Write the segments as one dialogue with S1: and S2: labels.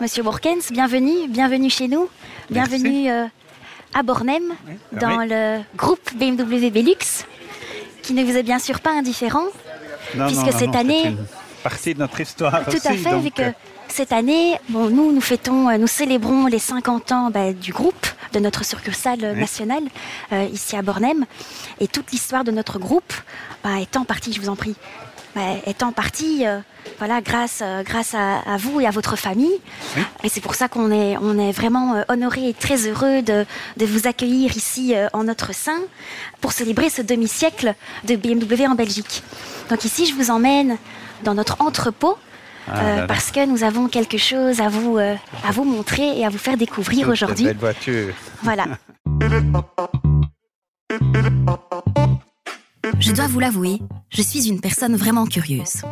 S1: Monsieur Bourkens, bienvenue, bienvenue chez nous, bienvenue euh, à Bornem,
S2: Oui. ah
S1: dans
S2: Oui.
S1: le groupe BMW Belux, qui ne vous est bien sûr pas indifférent,
S2: Non, non,
S1: puisque
S2: non,
S1: cette
S2: non, c'est
S1: année,
S2: une partie de notre histoire
S1: tout à
S2: aussi,
S1: fait, euh,
S2: donc, euh,
S1: vu que cette année, bon, nous, nous fêtons, euh, nous célébrons les 50 ans bah, du groupe, de notre succursale euh,
S2: Oui.
S1: nationale, euh, ici à Bornem. Et toute l'histoire de notre groupe bah, est en partie, je vous en prie, bah, est en partie euh, voilà, grâce, euh, grâce à, à vous et à votre famille.
S2: Oui.
S1: Et c'est pour ça qu'on est, on est vraiment euh, honorés et très heureux de, de vous accueillir ici euh, en notre sein pour célébrer ce demi-siècle de BMW en Belgique. Donc ici, je vous emmène dans notre entrepôt
S2: Ah
S1: euh,
S2: là là.
S1: parce que nous avons quelque chose à vous, euh, à vous montrer et à vous faire découvrir
S2: toutes ces
S1: aujourd'hui.
S2: belles voitures.
S1: Voilà. Je dois vous l'avouer, je suis une personne vraiment curieuse.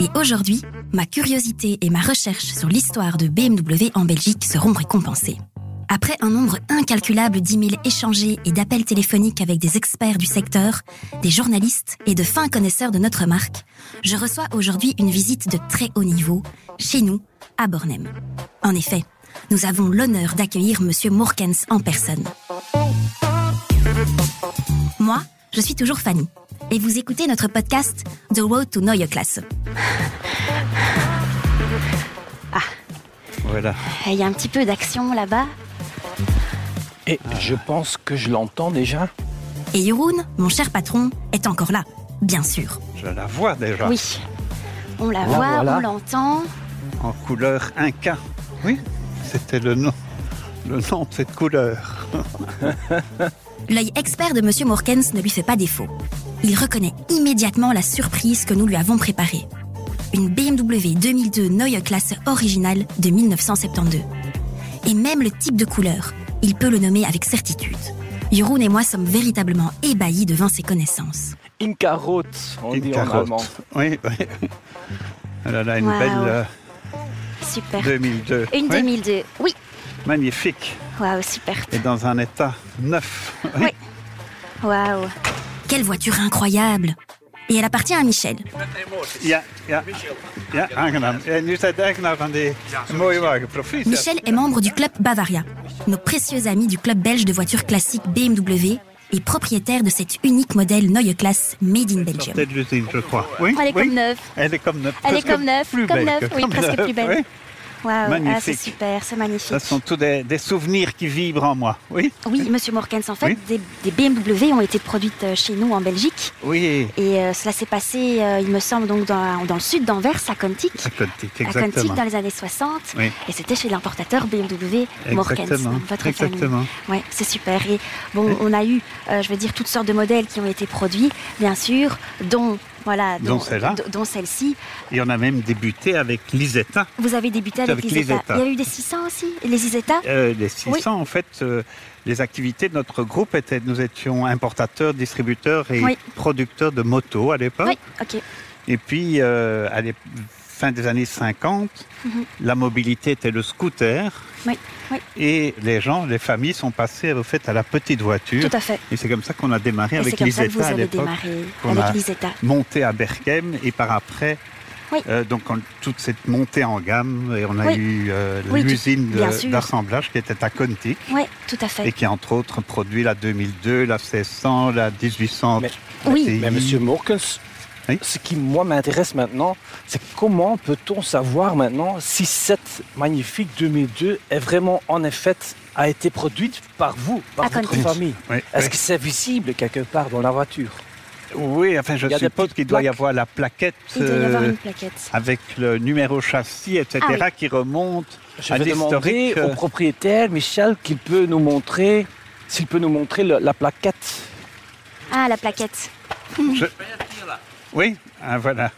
S1: Et aujourd'hui, ma curiosité et ma recherche sur l'histoire de BMW en Belgique seront récompensées. Après un nombre incalculable d'emails échangés et d'appels téléphoniques avec des experts du secteur, des journalistes et de fins connaisseurs de notre marque, je reçois aujourd'hui une visite de très haut niveau, chez nous, à Bornem. En effet, nous avons l'honneur d'accueillir Monsieur Morkens en personne. Moi, je suis toujours Fanny. Et vous écoutez notre podcast The Road to Neue Klasse.
S2: Voilà.
S1: Il Eh, y a un petit peu d'action là-bas.
S3: Et je pense que je l'entends déjà.
S1: Et Jeroen, mon cher patron, est encore là, bien sûr.
S2: Je la vois déjà
S1: Oui. On la
S3: Ah,
S1: voit,
S3: voilà.
S1: on l'entend.
S2: en couleur Inca. Oui, c'était le nom, le nom de cette couleur.
S1: L'œil expert de Monsieur Morkens ne lui fait pas défaut. Il reconnaît immédiatement la surprise que nous lui avons préparée. Une BMW 2002 Neue Klasse originale de 1972. Et même le type de couleur, il peut le nommer avec certitude. Jeroen et moi sommes véritablement ébahis devant ses connaissances.
S3: Inca Rot, on
S2: Une
S3: dit en
S2: carotte.
S3: allemand.
S2: Oui, oui. Ah là là, une
S1: Wow.
S2: belle euh,
S1: Super.
S2: 2002.
S1: Une
S2: Oui,
S1: 2002. Oui.
S2: Magnifique.
S1: Waouh, super.
S2: Et dans un état neuf.
S1: Oui. Waouh. Quelle voiture incroyable. Et elle appartient à Michel.
S2: Ja, ja. Ja, aangenaam. En nu staat eigenaar van die mooie wagen. Proficiat.
S1: Michel est membre du club Bavaria, nos précieux amis du club belge de voitures classiques BMW et propriétaire de cet unique modèle Neue Classe Made in Belgium.
S2: Sortez de l'usine, je crois. Oui,
S1: Elle est
S2: oui.
S1: comme euh, neuve.
S2: Elle est comme neuve.
S1: Elle est
S2: Presque
S1: comme neuve,
S2: plus
S1: comme
S2: belle
S1: neuve,
S2: que
S1: oui,
S2: comme
S1: presque
S2: neuve,
S1: plus belle.
S2: oui.
S1: Waouh, ah, c'est
S2: Magnifique.
S1: super, c'est magnifique.
S2: Ce sont tous des, des souvenirs qui vibrent en moi. Oui,
S1: Oui, Monsieur Morkens, en fait,
S2: Oui.
S1: des, des BMW ont été produites euh, chez nous en Belgique.
S2: oui.
S1: Et euh, cela s'est passé, euh, il me semble, donc dans, dans le sud d'Anvers, à Contic.
S2: Atlantique,
S1: À Contic,
S2: exactement.
S1: dans les années 60.
S2: Oui.
S1: Et c'était chez l'importateur BMW Morkens,
S2: Exactement.
S1: donc votre famille.
S2: Exactement.
S1: Ouais, c'est super. Et bon, on a eu, euh, je veux dire, toutes sortes de modèles qui ont été produits, bien sûr, dont voilà,
S2: Dont celle-là.
S1: do- dont celle-ci.
S2: Et on a même débuté avec l'Isetta.
S1: Vous avez débuté avec,
S2: Avec
S1: les Isetta.
S2: l'Isetta.
S1: Il y a eu des 600 aussi, les Isetta.
S2: Euh, les 600, en fait, euh, les activités de notre groupe étaient, nous étions importateurs, distributeurs et
S1: Oui.
S2: producteurs de motos à l'époque.
S1: Oui, ok.
S2: Et puis, euh, à la fin des années 50, la mobilité était le scooter.
S1: Mhm. Oui, oui.
S2: Et les gens, les familles sont passées au fait à la petite voiture.
S1: Tout à fait.
S2: Et c'est comme ça qu'on a démarré
S1: Et c'est
S2: avec
S1: comme ça que vous
S2: l'Isetta à
S1: avez
S2: l'époque,
S1: démarré
S2: qu'on
S1: avec
S2: a-
S1: l'Isetta.
S2: montée à Berkem et par après.
S1: Oui.
S2: euh, donc en- toute cette montée en gamme et on a
S1: Oui.
S2: eu euh,
S1: Oui, tout-
S2: l'usine de-
S1: bien sûr.
S2: d'assemblage qui était à Conti
S1: Oui, tout à fait.
S2: et qui entre autres produit la 2002, la 1600, la 1800.
S3: Mais-
S2: la
S1: Oui.
S2: TI.
S3: Mais monsieur Morkens,
S2: Oui.
S3: ce qui moi m'intéresse maintenant, c'est comment peut-on savoir maintenant si cette magnifique 2002 est vraiment en effet a été produite par vous, par
S1: À
S3: votre
S1: Conti.
S3: famille
S2: Oui,
S3: Est-ce
S2: oui.
S3: que c'est visible quelque part dans la voiture
S2: Oui, enfin, je
S3: Il y a des
S2: suppose
S3: petites
S2: qu'il doit y
S3: plaques.
S2: avoir la plaquette
S1: Il doit y avoir
S2: euh,
S1: une plaquette.
S2: avec le numéro châssis, etc.,
S1: Ah
S2: qui remonte
S3: Je
S2: à
S3: vais demander
S2: l'historique.
S3: au
S2: euh,
S3: propriétaire Michel qu'il peut nous montrer, s'il peut nous montrer le- la plaquette.
S1: Ah, la plaquette.
S2: Oui, ah, voilà.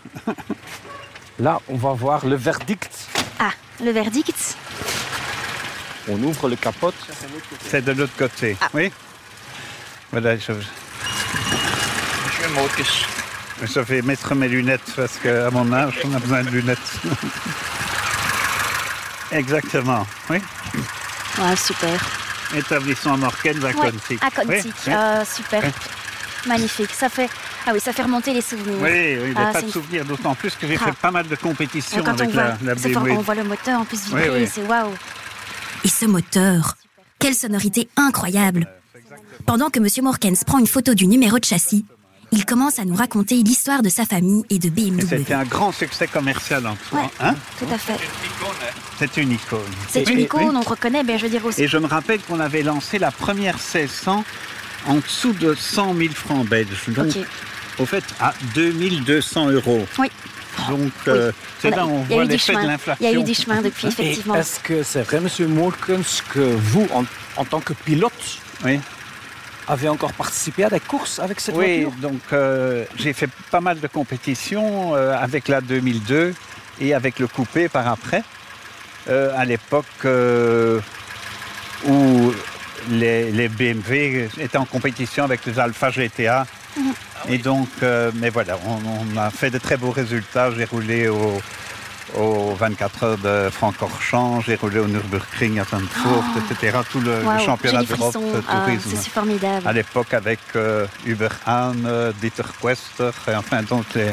S3: Là, on va voir le verdict.
S1: Ah, le verdict.
S3: On ouvre le capote.
S2: C'est de l'autre côté.
S1: Ah.
S2: Oui. Voilà, je, je vais mettre mes lunettes parce qu'à mon âge, on a besoin de lunettes. Exactement. Oui.
S1: Ouais, super.
S2: Établissement Morken à
S1: Ouais,
S2: Conti.
S1: à Euh, Contic.
S2: Oui, oui.
S1: Ah, super. Magnifique. Ça fait, ah oui, ça fait remonter les souvenirs.
S2: Oui, oui, j'ai
S1: Ah,
S2: pas
S1: c'est
S2: de
S1: une-
S2: souvenirs, d'autant plus que j'ai
S1: Ah.
S2: fait pas mal de compétitions
S1: Alors, quand on
S2: avec
S1: voit,
S2: la, la
S1: c'est fort,
S2: BMW.
S1: on voit le moteur en plus vibrer,
S2: Oui, oui.
S1: c'est waouh.
S4: Et ce moteur, quelle sonorité incroyable Pendant que M. Morkens prend une photo du numéro de châssis, il commence à nous raconter l'histoire de sa famille et de
S2: Et
S4: BMW.
S2: C'était un grand succès commercial en soi,
S1: Ouais.
S2: hein
S1: Tout à fait.
S2: C'est une icône.
S1: C'est
S2: Oui,
S1: une
S2: oui.
S1: icône, on reconnaît, mais je veux dire aussi.
S2: Et je me rappelle qu'on avait lancé la première 1600 en dessous de 100 000 francs belges. Donc,
S1: Ok.
S2: au fait, à 2200 euros.
S1: Oui.
S2: Donc, euh, c'est
S1: Oh, On a-
S2: là où on
S1: il y a
S2: voit
S1: eu du
S2: l'effet de
S1: chemin. Il
S2: l'inflation.
S1: y a eu du chemin depuis,
S3: Et
S1: effectivement.
S3: est-ce que c'est vrai, Monsieur Morkens, que vous, en, en tant que pilote,
S2: Oui.
S3: avez encore participé à des courses avec cette
S2: Oui,
S3: voiture
S2: donc euh, j'ai fait pas mal de compétitions euh, avec la 2002 et avec le coupé par après. Euh, à l'époque euh, où les, les BMW étaient en compétition avec les Alpha GTA.
S1: Mhm. Ah
S2: Et donc, euh, mais voilà, on, on a fait de très beaux résultats. J'ai roulé au, au 24 heures de Francorchamps, j'ai roulé au Nürburgring à Francfort, etc. Tout le, le
S1: Ah. Waouh, j'ai
S2: championnat
S1: des
S2: d'Europe
S1: frissons.
S2: de
S1: Ah,
S2: tourisme
S1: ça, c'est formidable.
S2: à l'époque avec euh, Hubert Hahn, euh, Dieter Quester, et enfin donc les, les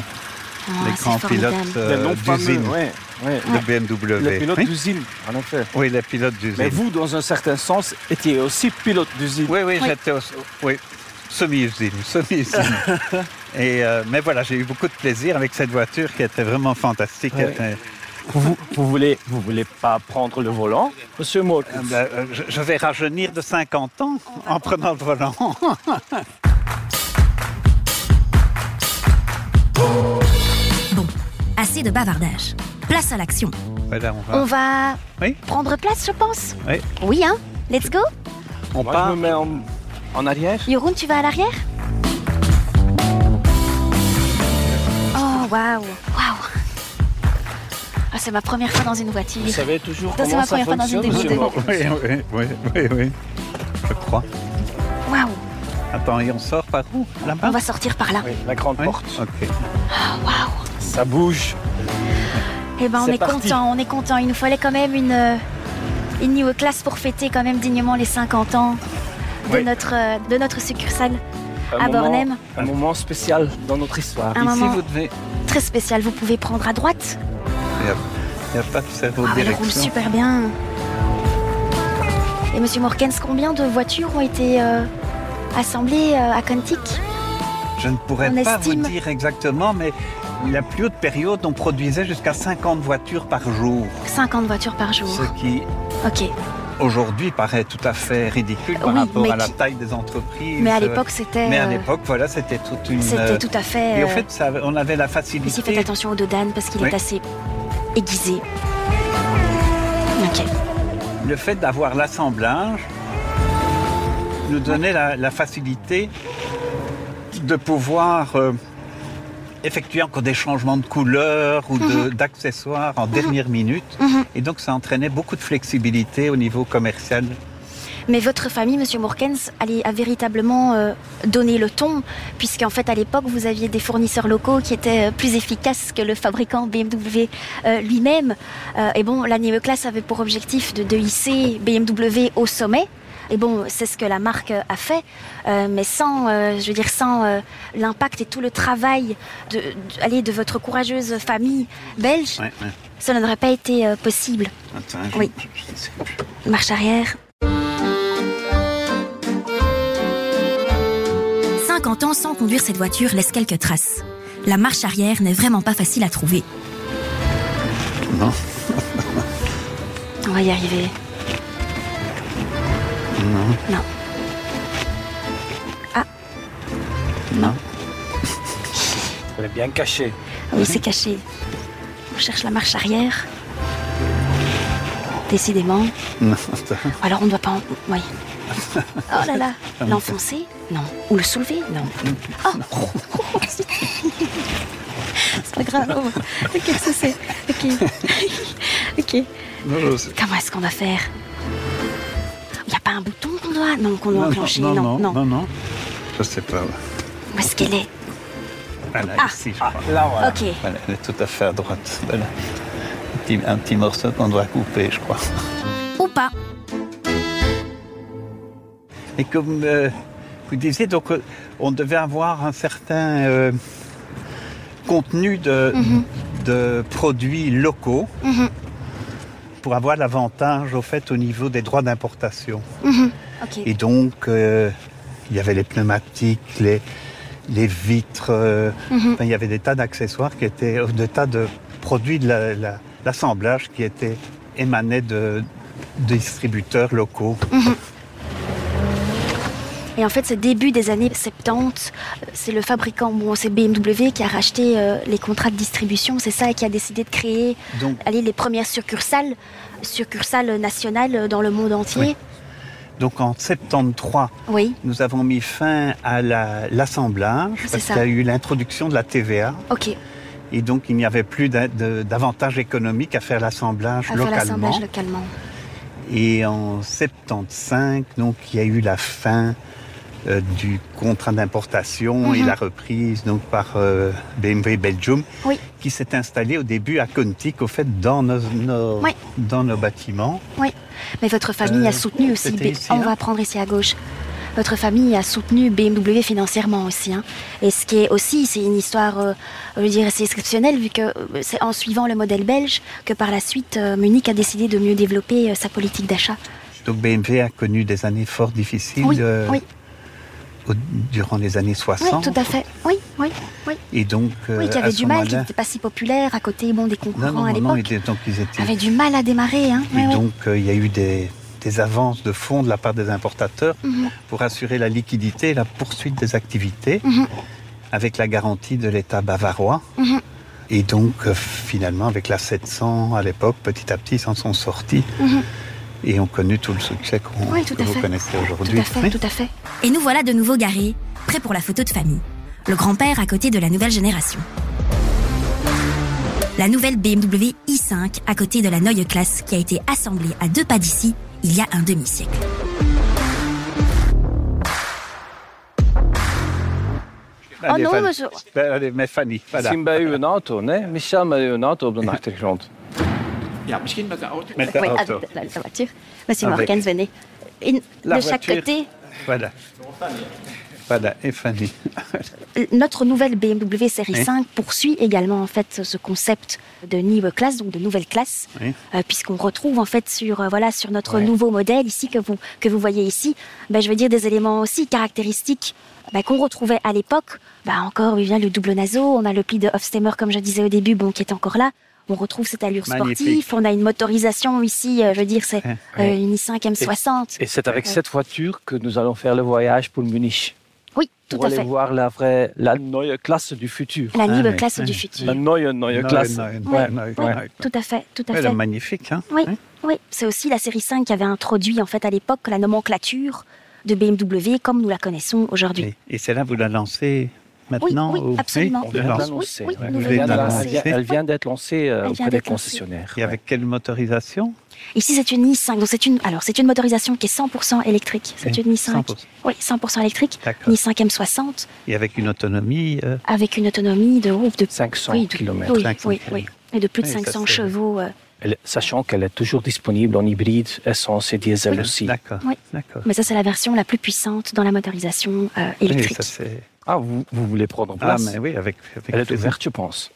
S1: Ah, c'est
S2: grands
S1: formidable.
S2: pilotes
S3: Des
S2: euh,
S3: noms
S2: d'usine
S3: fameux, ouais, ouais.
S2: de BMW.
S3: Le pilote
S2: oui,
S3: d'usine, en effet.
S2: Oui, les pilotes
S3: Mais
S2: d'usine.
S3: vous, dans un certain sens, étiez aussi pilote d'usine.
S2: Oui, oui,
S1: Oui.
S2: j'étais aussi- oui, semi-usine, semi-usine. et, euh, mais voilà, j'ai eu beaucoup de plaisir avec cette voiture qui était vraiment fantastique.
S3: Ouais.
S2: Elle était-
S3: Vous, vous voulez, vous voulez pas prendre le volant, Monsieur
S2: Euh,
S3: Morkens
S2: ben, euh, je, je vais rajeunir de 50 ans
S1: Ah,
S2: en prenant le volant. euh,
S4: Bon, assez de bavardage. Place à l'action.
S2: voilà, on
S1: On
S2: va.
S1: va
S2: Oui.
S1: prendre place, je pense.
S2: Oui.
S1: Oui, hein Let's go.
S2: On
S3: Moi,
S2: part.
S3: je me mets en, en arrière.
S1: Yoroun, tu vas à l'arrière Oh, waouh Waouh Ah, C'est ma première fois dans une voiture.
S3: Vous savez toujours
S1: Ça, c'est
S3: comment
S1: ma
S3: ça
S1: première fois dans une
S3: fonctionne, Monsieur
S1: dégoûtée.
S3: Morkens
S2: Oui, oui, oui, oui, oui. Je crois.
S1: Waouh
S2: Attends, et on sort par où Là-bas
S1: On va sortir par là.
S3: Oui, la grande
S2: Ah. Oui
S3: porte.
S2: Ok.
S3: Ça bouge.
S1: Eh ben, on
S3: C'est
S1: est
S3: parti.
S1: content, on est content. Il nous fallait quand même une, euh, une new classe pour fêter quand même dignement les 50 ans de,
S2: Oui.
S1: notre, euh, de notre succursale.
S3: Un
S1: À
S3: moment-
S1: Bornem.
S3: Un moment spécial dans notre histoire.
S1: Un
S2: Ici,
S1: moment
S2: vous devez.
S1: très spéciale. Vous pouvez prendre à droite.
S2: Il n'y a, il y a pas de cerveau
S1: Ah,
S2: de
S1: mais elle roule
S2: direction.
S1: super bien. Et Monsieur Morkens, combien de voitures ont été euh, assemblées euh, à Cantic
S2: Je ne pourrais
S1: On
S2: pas
S1: estime-
S2: vous dire exactement, mais la plus haute période, on produisait jusqu'à 50 voitures par jour.
S1: 50 voitures par jour.
S2: Ce qui,
S1: Ok.
S2: aujourd'hui, paraît tout à fait ridicule par
S1: Oui, mais
S2: rapport à la
S1: qui-
S2: taille des entreprises.
S1: Mais à
S2: Euh,
S1: l'époque, c'était.
S2: Mais à
S1: euh,
S2: l'époque, voilà, c'était toute une. euh,
S1: C'était tout à fait.
S2: Et au
S1: euh,
S2: fait, ça- on avait la
S1: Mais si
S2: facilité.
S1: faites attention au dodan parce qu'il
S2: Oui.
S1: est assez aiguisé. Ok.
S2: le fait d'avoir l'assemblage nous donnait la, la facilité de pouvoir euh, effectuer encore des changements de couleurs ou de- d'accessoires en dernière minute.
S1: Mhm.
S2: Et donc ça entraînait beaucoup de flexibilité au niveau commercial.
S1: Mais votre famille, Monsieur Morkens, allait- a véritablement euh, donné le ton, puisqu'en fait à l'époque vous aviez des fournisseurs locaux qui étaient euh, plus efficaces que le fabricant BMW euh, lui-même. Euh, et bon, la Neo Class avait pour objectif de, de hisser BMW au sommet. Et bon, c'est ce que la marque euh, a fait, euh, mais sans, euh, je veux dire, sans euh, l'impact et tout le travail de, de, allez, de votre courageuse famille belge,
S2: Ouais, ouais.
S1: cela n'aurait pas été euh, possible.
S2: Attends, je-
S1: Oui.
S2: je- je ne sais plus.
S1: Marche arrière.
S4: 50 ans sans conduire cette voiture laisse quelques traces. La marche arrière n'est vraiment pas facile à trouver.
S2: Non,
S1: On va y arriver.
S2: non,
S1: Non. Ah.
S2: non.
S3: Elle est bien cachée.
S1: Oui, c'est caché. On cherche la marche arrière. Décidément.
S2: Non, attends.
S1: Ou Alors on ne doit pas. En... Oui. Oh là là. L'enfoncer Non. Ou le soulever Non. Oh C'est pas grave. Oh. Ok, ça c'est. Ok. ok.
S2: Non, je sais-
S1: Comment est-ce qu'on doit faire Il n'y a pas un bouton qu'on doit. Non, qu'on doit
S2: non,
S1: enclencher.
S2: non, non,
S1: non.
S2: non, non. Je sais pas.
S1: Où est-ce qu'elle est
S2: Voilà, ici, je
S3: Ah,
S2: crois.
S3: là, voilà.
S1: Ok.
S2: Voilà, elle est tout à fait à droite. Voilà. Un petit- un petit morceau qu'on doit couper, je crois.
S4: Ou pas.
S2: Et comme euh, Vous disiez donc euh, on devait avoir un certain euh, contenu de,
S1: Mhm.
S2: de produits locaux
S1: Mhm.
S2: pour avoir l'avantage au fait au niveau des droits d'importation.
S1: Mhm. Ok.
S2: Et donc euh, il y avait les pneumatiques, les, les vitres, euh,
S1: Mhm.
S2: enfin, il y avait des tas d'accessoires qui étaient, euh, des tas de produits de la- la- l'assemblage qui étaient émanés de de distributeurs locaux.
S1: Mhm. Et en fait, ce début des années 70, euh, c'est le fabricant, bon, c'est BMW qui a racheté euh, les contrats de distribution, c'est ça, et qui a décidé de créer
S2: Donc
S1: allez, les premières succursales, succursales nationales euh, dans le monde entier.
S2: Donc en 73,
S1: Oui,
S2: nous avons mis fin à la- l'assemblage
S1: Ah, C'est
S2: parce
S1: ça.
S2: qu'il y a eu l'introduction de la TVA
S1: ok,
S2: et donc il n'y avait plus d'a- de- d'avantage économique à faire l'assemblage
S1: à faire
S2: localement.
S1: l'assemblage localement.
S2: Et en 75, donc il y a eu la fin euh, du contrat d'importation et
S1: Mhm.
S2: la reprise donc par euh, BMW Belgium
S1: Oui.
S2: qui s'est installé au début à Contic au fait dans nos, nos-
S1: Oui.
S2: dans nos bâtiments.
S1: Mais votre famille a
S2: Euh,
S1: soutenu aussi. B-
S2: c'était ici,
S1: On
S2: hein
S1: va prendre ici à gauche. Votre famille a soutenu BMW financièrement aussi. hein. Et ce qui est aussi, c'est une histoire, euh, je veux dire, c'est exceptionnel vu que euh, c'est en suivant le modèle belge que par la suite euh, Munich a décidé de mieux développer euh, sa politique d'achat.
S2: Donc BMW a connu des années fort difficiles
S1: Oui,
S2: euh,
S1: oui,
S2: au- durant les années
S1: oui,
S2: 60.
S1: tout à fait. Oui, oui,
S2: Et donc, euh,
S1: oui, qui
S2: à
S1: avait
S2: ce
S1: du mal, qui
S2: moment-là-
S1: n'était pas si populaire à côté bon, des
S2: Non,
S1: concurrents
S2: non,
S1: à
S2: non, non,
S1: l'époque. Ah,
S2: ils étaient- donc ils étaient.
S1: Avait du mal à démarrer. Hein.
S2: Et
S1: Oui, oui.
S2: donc, euh, il y a eu des, des avances de fonds de la part des importateurs
S1: Mhm.
S2: pour assurer la liquidité et la poursuite des activités
S1: Mhm.
S2: avec la garantie de l'État bavarois.
S1: Mhm.
S2: Et donc, euh, finalement, avec la 700 à l'époque, petit à petit, ils s'en sont sortis
S1: Mhm.
S2: et ont connu tout le succès qu'on
S1: Oui, tout
S2: que
S1: à
S2: vous
S1: fait.
S2: connaissez
S1: Tout
S2: aujourd'hui.
S1: à fait,
S2: Oui.
S1: tout à fait.
S4: Et nous voilà de nouveau garés, prêts pour la photo de famille. Le grand-père à côté de la nouvelle génération. La nouvelle BMW i5 à côté de la Neue Classe qui a été assemblée à deux pas d'ici il y a un demi-siècle.
S1: Oh
S2: Allez,
S1: non,
S2: Fanny.
S1: mais je-
S2: Ben, allez, mais Fanny, voilà.
S3: Misschien bij uw auto, nee? Michel, met uw auto op de achtergrond.
S5: Ja, misschien met de auto.
S2: Met de
S1: Oui,
S2: auto.
S1: avec Ah, la, la voiture. Monsieur
S2: Ah, Avec.
S1: Morgan, venez. Une-
S2: La
S1: de chaque
S2: voiture.
S1: côté,
S2: Voilà. Voilà, et Fanny.
S1: euh, notre nouvelle BMW série
S2: Oui.
S1: 5 poursuit également en fait ce concept de new class, donc de nouvelle classe,
S2: Oui.
S1: euh, puisqu'on retrouve en fait sur euh, voilà sur notre
S2: Ouais.
S1: nouveau modèle ici que vous que vous voyez ici, ben, je veux dire des éléments aussi caractéristiques ben, qu'on retrouvait à l'époque. Ben, encore, il y a le double naso, on a le pli de Hofsteimer comme je disais au début, bon qui est encore là. On retrouve cette allure
S2: Magnifique.
S1: sportive, on a une motorisation ici, euh, je veux dire c'est
S2: Ouais.
S1: euh, une i5 M60.
S3: Et c'est avec cette voiture que nous allons faire le voyage pour Munich.
S1: Oui, tout
S3: Pour
S1: à
S3: aller
S1: fait.
S3: voir la vraie, la neue classe du futur.
S1: La
S2: Ah,
S1: nouvelle
S2: oui.
S1: classe
S2: Oui.
S1: du
S3: La
S1: futur.
S3: neue, neue classe.
S2: Neue, neue,
S3: Ouais,
S2: neue,
S3: ouais.
S2: neue.
S1: Tout à fait, tout à
S2: Elle
S1: fait.
S2: est magnifique, hein
S1: Oui.
S2: Hein
S1: Oui, c'est aussi la série 5 qui avait introduit en fait à l'époque la nomenclature de BMW comme nous la connaissons aujourd'hui.
S2: Et, et celle-là, vous la lancez
S1: Oui,
S2: maintenant
S1: oui,
S2: au-
S1: absolument.
S2: on
S3: Elle
S2: la
S3: vient
S2: lance.
S1: Oui,
S3: d'annoncer,
S1: oui,
S3: ouais.
S1: nous
S3: Elle
S2: venons
S3: vient
S2: de
S3: d'annoncer.
S2: l'annoncer.
S3: Elle vient d'être lancée euh,
S1: Elle vient
S3: auprès des
S1: d'être lancée.
S3: concessionnaires.
S2: Et avec quelle motorisation
S1: Ici c'est une i5, donc c'est une alors c'est une motorisation qui est 100% électrique. C'est
S2: Oui,
S1: une i5.
S2: 100%.
S1: Oui, 100% électrique. Une
S2: D'accord.
S1: i5 M60
S2: Et avec une autonomie euh,
S1: avec une autonomie de ouf de
S3: 500
S1: oui, de-
S3: km.
S1: oui,
S2: 500
S1: oui, oui.
S2: kilomètres.
S1: Et de plus de
S2: Oui, ça,
S1: 500
S2: c'est-
S1: chevaux. euh.
S3: Elle- sachant qu'elle est toujours disponible en hybride, essence et diesel aussi.
S2: D'accord.
S1: Oui.
S2: D'accord.
S1: Mais ça c'est la version la plus puissante dans la motorisation euh,
S2: Oui,
S1: électrique.
S2: ça c'est.
S3: Ah, vous, vous voulez prendre
S2: Ah,
S3: place
S2: mais oui, avec. avec
S3: Elle est
S2: plaisir.
S3: ouverte, je pense.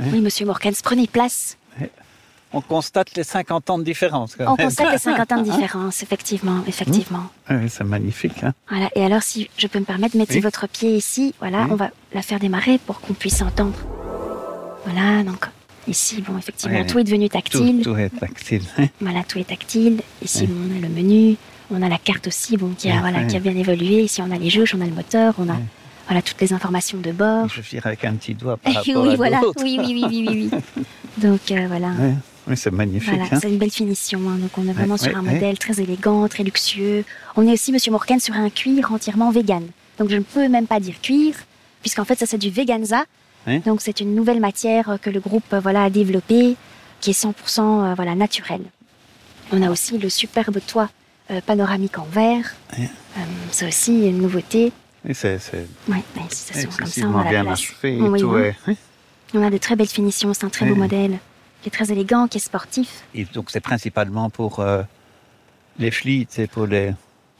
S1: oui, monsieur Morkens, prenez place.
S2: On constate les 50 ans de différence. Quand
S1: On
S2: même.
S1: constate les 50 ans de différence, effectivement, effectivement.
S2: Oui, c'est magnifique. Hein
S1: Voilà. Et alors, si je peux me permettre, mettez
S2: Oui. Mhm.
S1: votre pied ici. Voilà,
S2: Oui.
S1: on va la faire démarrer pour qu'on puisse entendre. Voilà, donc ici, bon, effectivement,
S2: Oui,
S1: tout est devenu
S2: tout,
S1: tactile.
S2: tout est tactile. hein.
S1: Voilà, tout est tactile. Ici,
S2: Oui.
S1: bon, on a le menu, on a la carte aussi, bon, qui a,
S2: Oui,
S1: voilà,
S2: oui.
S1: qui a bien évolué. Ici, on a les jauges, on a le moteur, on a voilà toutes les informations de bord.
S2: Je vire avec un petit doigt par rapport
S1: Ah. oui,
S2: à
S1: voilà.
S2: l'autre.
S1: Oui, oui, oui, oui, oui. oui. donc euh, voilà.
S2: Oui, oui, c'est magnifique.
S1: Voilà,
S2: hein.
S1: c'est une belle finition. hein. Donc, on est vraiment
S2: Ouais,
S1: sur
S2: ouais,
S1: un
S2: ouais.
S1: modèle très élégant, très luxueux. On est aussi, Monsieur Morgan, sur un cuir entièrement vegan. Donc, je ne peux même pas dire cuir, puisqu'en fait, ça, c'est du veganza.
S2: Ouais.
S1: Donc, c'est une nouvelle matière euh, que le groupe euh, voilà, a développée, qui est 100% euh, voilà, naturelle. On a aussi le superbe toit euh, panoramique en verre.
S2: Ouais.
S1: Euh, c'est aussi une nouveauté.
S2: Oui, c'est c'est
S1: Ouais, mais si ça s'ouvre comme ça, on
S2: excessivement
S1: a la
S2: bien
S1: place.
S2: achevé. et
S1: Oui,
S2: tout
S1: oui.
S2: est- hein.
S1: On a de très belles finitions. C'est un très beau
S2: Ouais.
S1: modèle, qui est très élégant, qui est sportif.
S2: Et donc, c'est principalement pour euh, les flics, c'est pour les.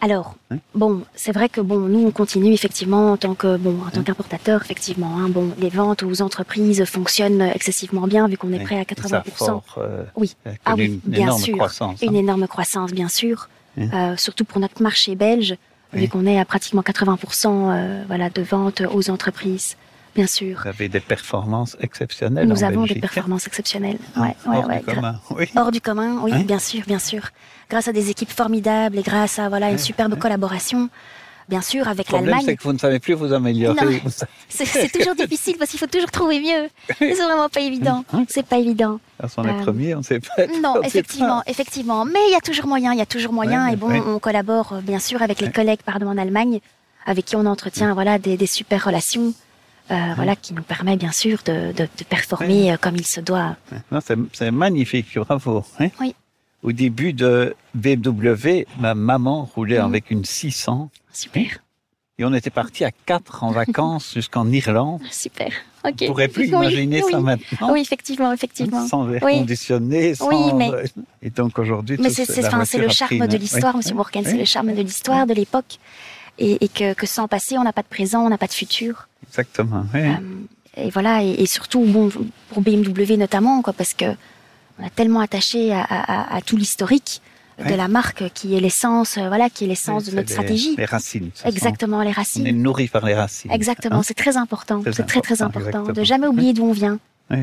S1: Alors,
S2: Hein
S1: bon, c'est vrai que bon, nous on continue effectivement en tant que bon,
S2: Hein
S1: en tant qu'importateur effectivement. hein, bon, les ventes aux entreprises fonctionnent excessivement bien vu qu'on est
S2: Oui,
S1: près à
S2: Ça
S1: 80
S2: a fort, euh,
S1: Oui.
S2: connu
S1: Ah oui,
S2: une
S1: bien
S2: énorme
S1: sûr.
S2: croissance. hein.
S1: Une énorme croissance bien sûr,
S2: Hein
S1: euh, surtout pour notre marché belge
S2: Oui.
S1: vu qu'on est à pratiquement 80% euh, voilà de ventes aux entreprises, bien sûr.
S2: Vous avez des performances exceptionnelles
S1: Nous
S2: en
S1: avons des
S2: Belgique.
S1: performances exceptionnelles.
S2: Hein,
S1: Ouais, ouais,
S2: hors du
S1: ouais, gra-
S2: commun. Oui.
S1: Hors du commun, oui,
S2: Hein
S1: bien sûr, bien sûr. Grâce à des équipes formidables et grâce à voilà une
S2: Hein,
S1: superbe collaboration, bien sûr, avec
S2: Le problème,
S1: l'Allemagne.
S2: c'est que vous ne savez plus vous améliorer.
S1: C'est- C'est toujours difficile parce qu'il faut toujours trouver mieux. C'est vraiment pas évident.
S2: Hein
S1: C'est pas évident.
S2: Quand on est
S1: Euh,
S2: premier, on ne sait pas.
S1: Non,
S2: on sait
S1: effectivement, effectivement. Mais il y a toujours moyen, il y a toujours moyen.
S2: Ouais,
S1: et bon,
S2: ouais.
S1: on collabore euh, bien sûr avec les
S2: Ouais.
S1: collègues, pardon, en Allemagne, avec qui on entretient voilà des, des super relations, euh, voilà qui nous permet bien sûr de, de- de performer euh, comme il se doit.
S2: pas. Non, c'est, c'est magnifique, bravo. hein.
S1: Oui.
S2: Au début de BMW, ma maman roulait
S1: Mhm.
S2: avec une 600
S1: Super,
S2: et on était parti à 4 en vacances jusqu'en Irlande.
S1: super. Ok.
S2: On ne pourrait plus
S1: Oui,
S2: imaginer ça
S1: oui.
S2: maintenant.
S1: Oui, effectivement, effectivement.
S2: Sans air
S1: Oui.
S2: conditionné, sans...
S1: mais-
S2: Et donc aujourd'hui,
S1: Mais
S2: tout
S1: c'est
S2: ce-
S1: c'est-
S2: la
S1: enfin, c'est le
S2: voiture a
S1: charme
S2: pris une-
S1: de l'histoire,
S2: Oui,
S1: Monsieur
S2: oui,
S1: Bourken, c'est
S2: oui,
S1: le charme de l'histoire, de l'époque, et, et que, que sans passé, on n'a pas de présent, on n'a pas de futur.
S2: Exactement. oui.
S1: Euh, et voilà, et, et surtout, bon, pour BMW notamment, quoi, parce que on a tellement attaché à, à- à- à tout l'historique de
S2: Ouais.
S1: la marque qui est l'essence, euh, voilà, qui est l'essence de
S2: C'est
S1: notre
S2: les-
S1: stratégie.
S2: Les racines. ce sont-
S1: Exactement, les
S2: On est
S1: racines.
S2: nourri par les racines.
S1: Exactement,
S2: hein.
S1: c'est très important.
S2: Très
S1: C'est très très
S2: important,
S1: important de
S2: exactement.
S1: jamais oublier d'où on vient.
S2: Oui.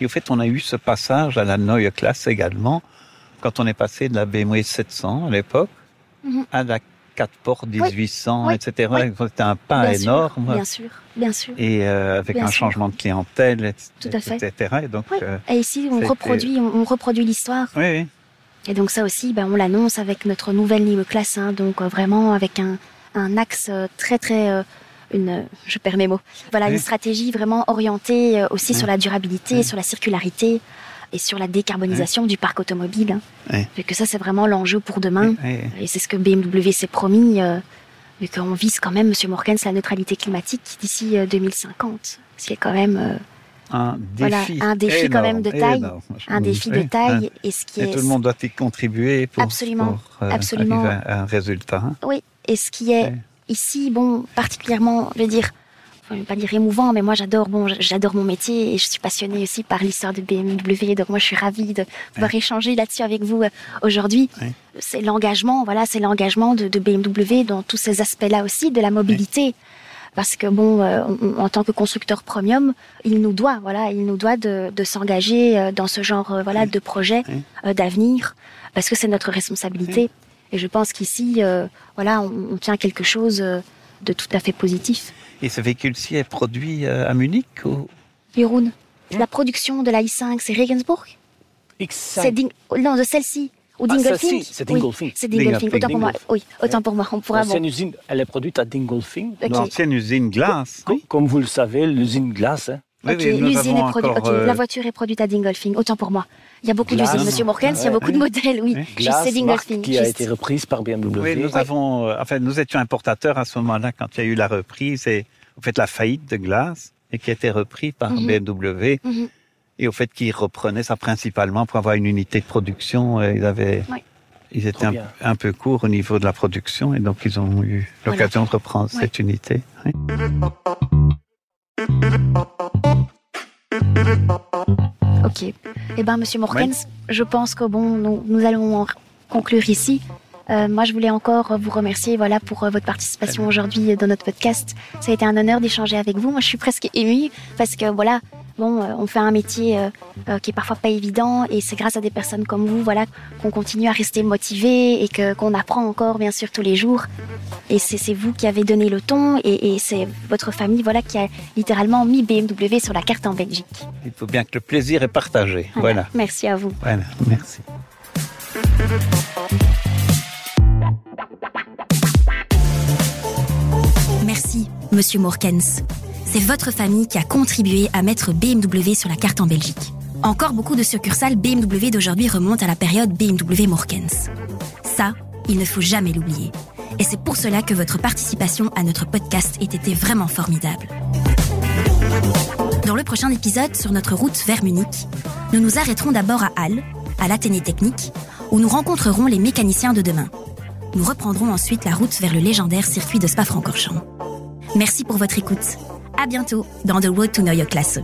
S2: Et au fait, on a eu ce passage à la Neue Klasse également, quand on est passé de la BMW 700 à l'époque
S1: Mhm.
S2: à la 4 portes 1800,
S1: oui,
S2: etc.
S1: oui.
S2: C'était un pas
S1: Bien sûr,
S2: Ah, énorme.
S1: Bien sûr, bien sûr.
S2: et euh, avec
S1: Bien
S2: un
S1: sûr.
S2: changement de clientèle, etc.
S1: Tout à fait.
S2: etc. Et donc,
S1: Oui.
S2: euh,
S1: Et ici, on
S2: c'était-
S1: reproduit, on- on reproduit l'histoire.
S2: oui, oui.
S1: Et donc ça aussi, ben, on l'annonce avec notre nouvelle niveau classe, hein, donc euh, vraiment avec un, un axe euh, très très... euh, une, euh, je perds mes mots. Voilà,
S2: Oui.
S1: une stratégie vraiment orientée euh, aussi
S2: Oui.
S1: sur la durabilité,
S2: Oui.
S1: sur la circularité et sur la décarbonisation du parc automobile. hein.
S2: Oui.
S1: Vu que ça, c'est vraiment l'enjeu pour demain.
S2: Oui, oui.
S1: Et c'est ce que BMW s'est promis, euh, vu qu'on vise quand même, Monsieur Morgan, la neutralité climatique d'ici euh, 2050. Ce qui est quand même euh,
S2: Un
S1: Voilà,
S2: défi.
S1: un défi quand même
S2: énorme,
S1: de taille,
S2: énorme.
S1: un défi
S2: Oui,
S1: de taille. Et ce qui
S2: hein. Et
S1: est
S2: tout le monde doit y contribuer pour,
S1: Absolument,
S2: pour, euh,
S1: absolument.
S2: arriver à un résultat. hein.
S1: Oui, et ce qui est
S2: Ouais.
S1: ici, bon, particulièrement, je veux dire, enfin, je vais pas dire émouvant, mais moi j'adore, bon, j'adore mon métier et je suis passionnée aussi par l'histoire de BMW, donc moi je suis ravie de pouvoir échanger là-dessus avec vous euh, aujourd'hui.
S2: Ouais.
S1: C'est l'engagement, voilà, c'est l'engagement de, de BMW dans tous ces aspects-là aussi, de la mobilité. Parce que bon, euh, on- on- en tant que constructeur premium, il nous doit, voilà, il nous doit de, de s'engager euh, dans ce genre, euh, voilà, de projet
S2: Ouais.
S1: euh, d'avenir, parce que c'est notre responsabilité. Et je pense qu'ici, euh, voilà, on, on tient quelque chose euh, de tout à fait positif.
S2: Et ce véhicule-ci est produit euh, à Munich ou...
S1: Jeroen,
S3: Hein?
S1: la production de la I5, c'est Regensburg C'est Ding... Non, de celle-ci. Ou
S3: Ah,
S1: Dingolfing
S3: celle-ci, c'est
S1: Oui,
S3: Dingolfing.
S1: c'est Dingolfing,
S2: Dingolfing,
S1: autant pour moi.
S3: Dingolfing.
S1: Oui, autant pour moi, on pourra...
S3: L'ancienne
S1: Bon.
S3: usine, elle est produite à Dingolfing.
S1: Ok.
S2: L'ancienne usine glace.
S3: Co- Comme vous le savez, l'usine glace, hein,
S2: Oui,
S1: Ok,
S2: oui, nous
S1: l'usine
S2: avons
S1: est produite,
S2: encore,
S1: ok,
S2: euh,
S1: la voiture est produite à Dingolfing, autant pour moi. Il y a beaucoup
S3: Glace.
S1: d'usines, Monsieur Morkens, il y a beaucoup de
S2: Ouais.
S1: modèles, oui.
S2: Ouais.
S1: Juste, c'est
S3: glace marque
S1: Dingolfing.
S3: qui a
S1: juste.
S3: été reprise par BMW.
S2: Oui, nous avons, euh, enfin, nous étions importateurs à ce moment-là quand il y a eu la reprise et au fait la faillite de glace et qui a été repris par
S1: Mhm.
S2: BMW
S1: Mhm.
S2: et au fait qu'ils reprenaient ça principalement pour avoir une unité de production. euh, Ils avaient,
S1: Oui.
S2: ils étaient
S3: Trop
S2: un,
S3: bien.
S2: un peu courts au niveau de la production et donc ils ont eu l'occasion de reprendre
S1: Oui.
S2: cette unité. Oui.
S1: Ok. Eh bien, Monsieur Morkens, je pense que bon, nous, nous allons en conclure ici. Euh, moi, je voulais encore vous remercier voilà, pour euh, votre participation aujourd'hui euh, dans notre podcast. Ça a été un honneur d'échanger avec vous. Moi, je suis presque émue parce que voilà, bon, euh, on fait un métier euh, euh, qui est parfois pas évident et c'est grâce à des personnes comme vous voilà, qu'on continue à rester motivé et que, qu'on apprend encore, bien sûr, tous les jours. Et c'est, c'est vous qui avez donné le ton et, et c'est votre famille voilà, qui a littéralement mis BMW sur la carte en Belgique.
S2: Il faut bien que le plaisir est partagé. Voilà.
S1: Merci à vous.
S2: Voilà. Merci.
S4: Merci, Monsieur Morkens. C'est votre famille qui a contribué à mettre BMW sur la carte en Belgique. Encore beaucoup de succursales BMW d'aujourd'hui remontent à la période BMW Morkens. Ça, il ne faut jamais l'oublier. Et c'est pour cela que votre participation à notre podcast ait été vraiment formidable. Dans le prochain épisode sur notre route vers Munich, nous nous arrêterons d'abord à Halle, à l'Athénée Technique, où nous rencontrerons les mécaniciens de demain. nous reprendrons ensuite la route vers le légendaire circuit de Spa-Francorchamps. Merci pour votre écoute. À bientôt dans The Road to Neue Klasse.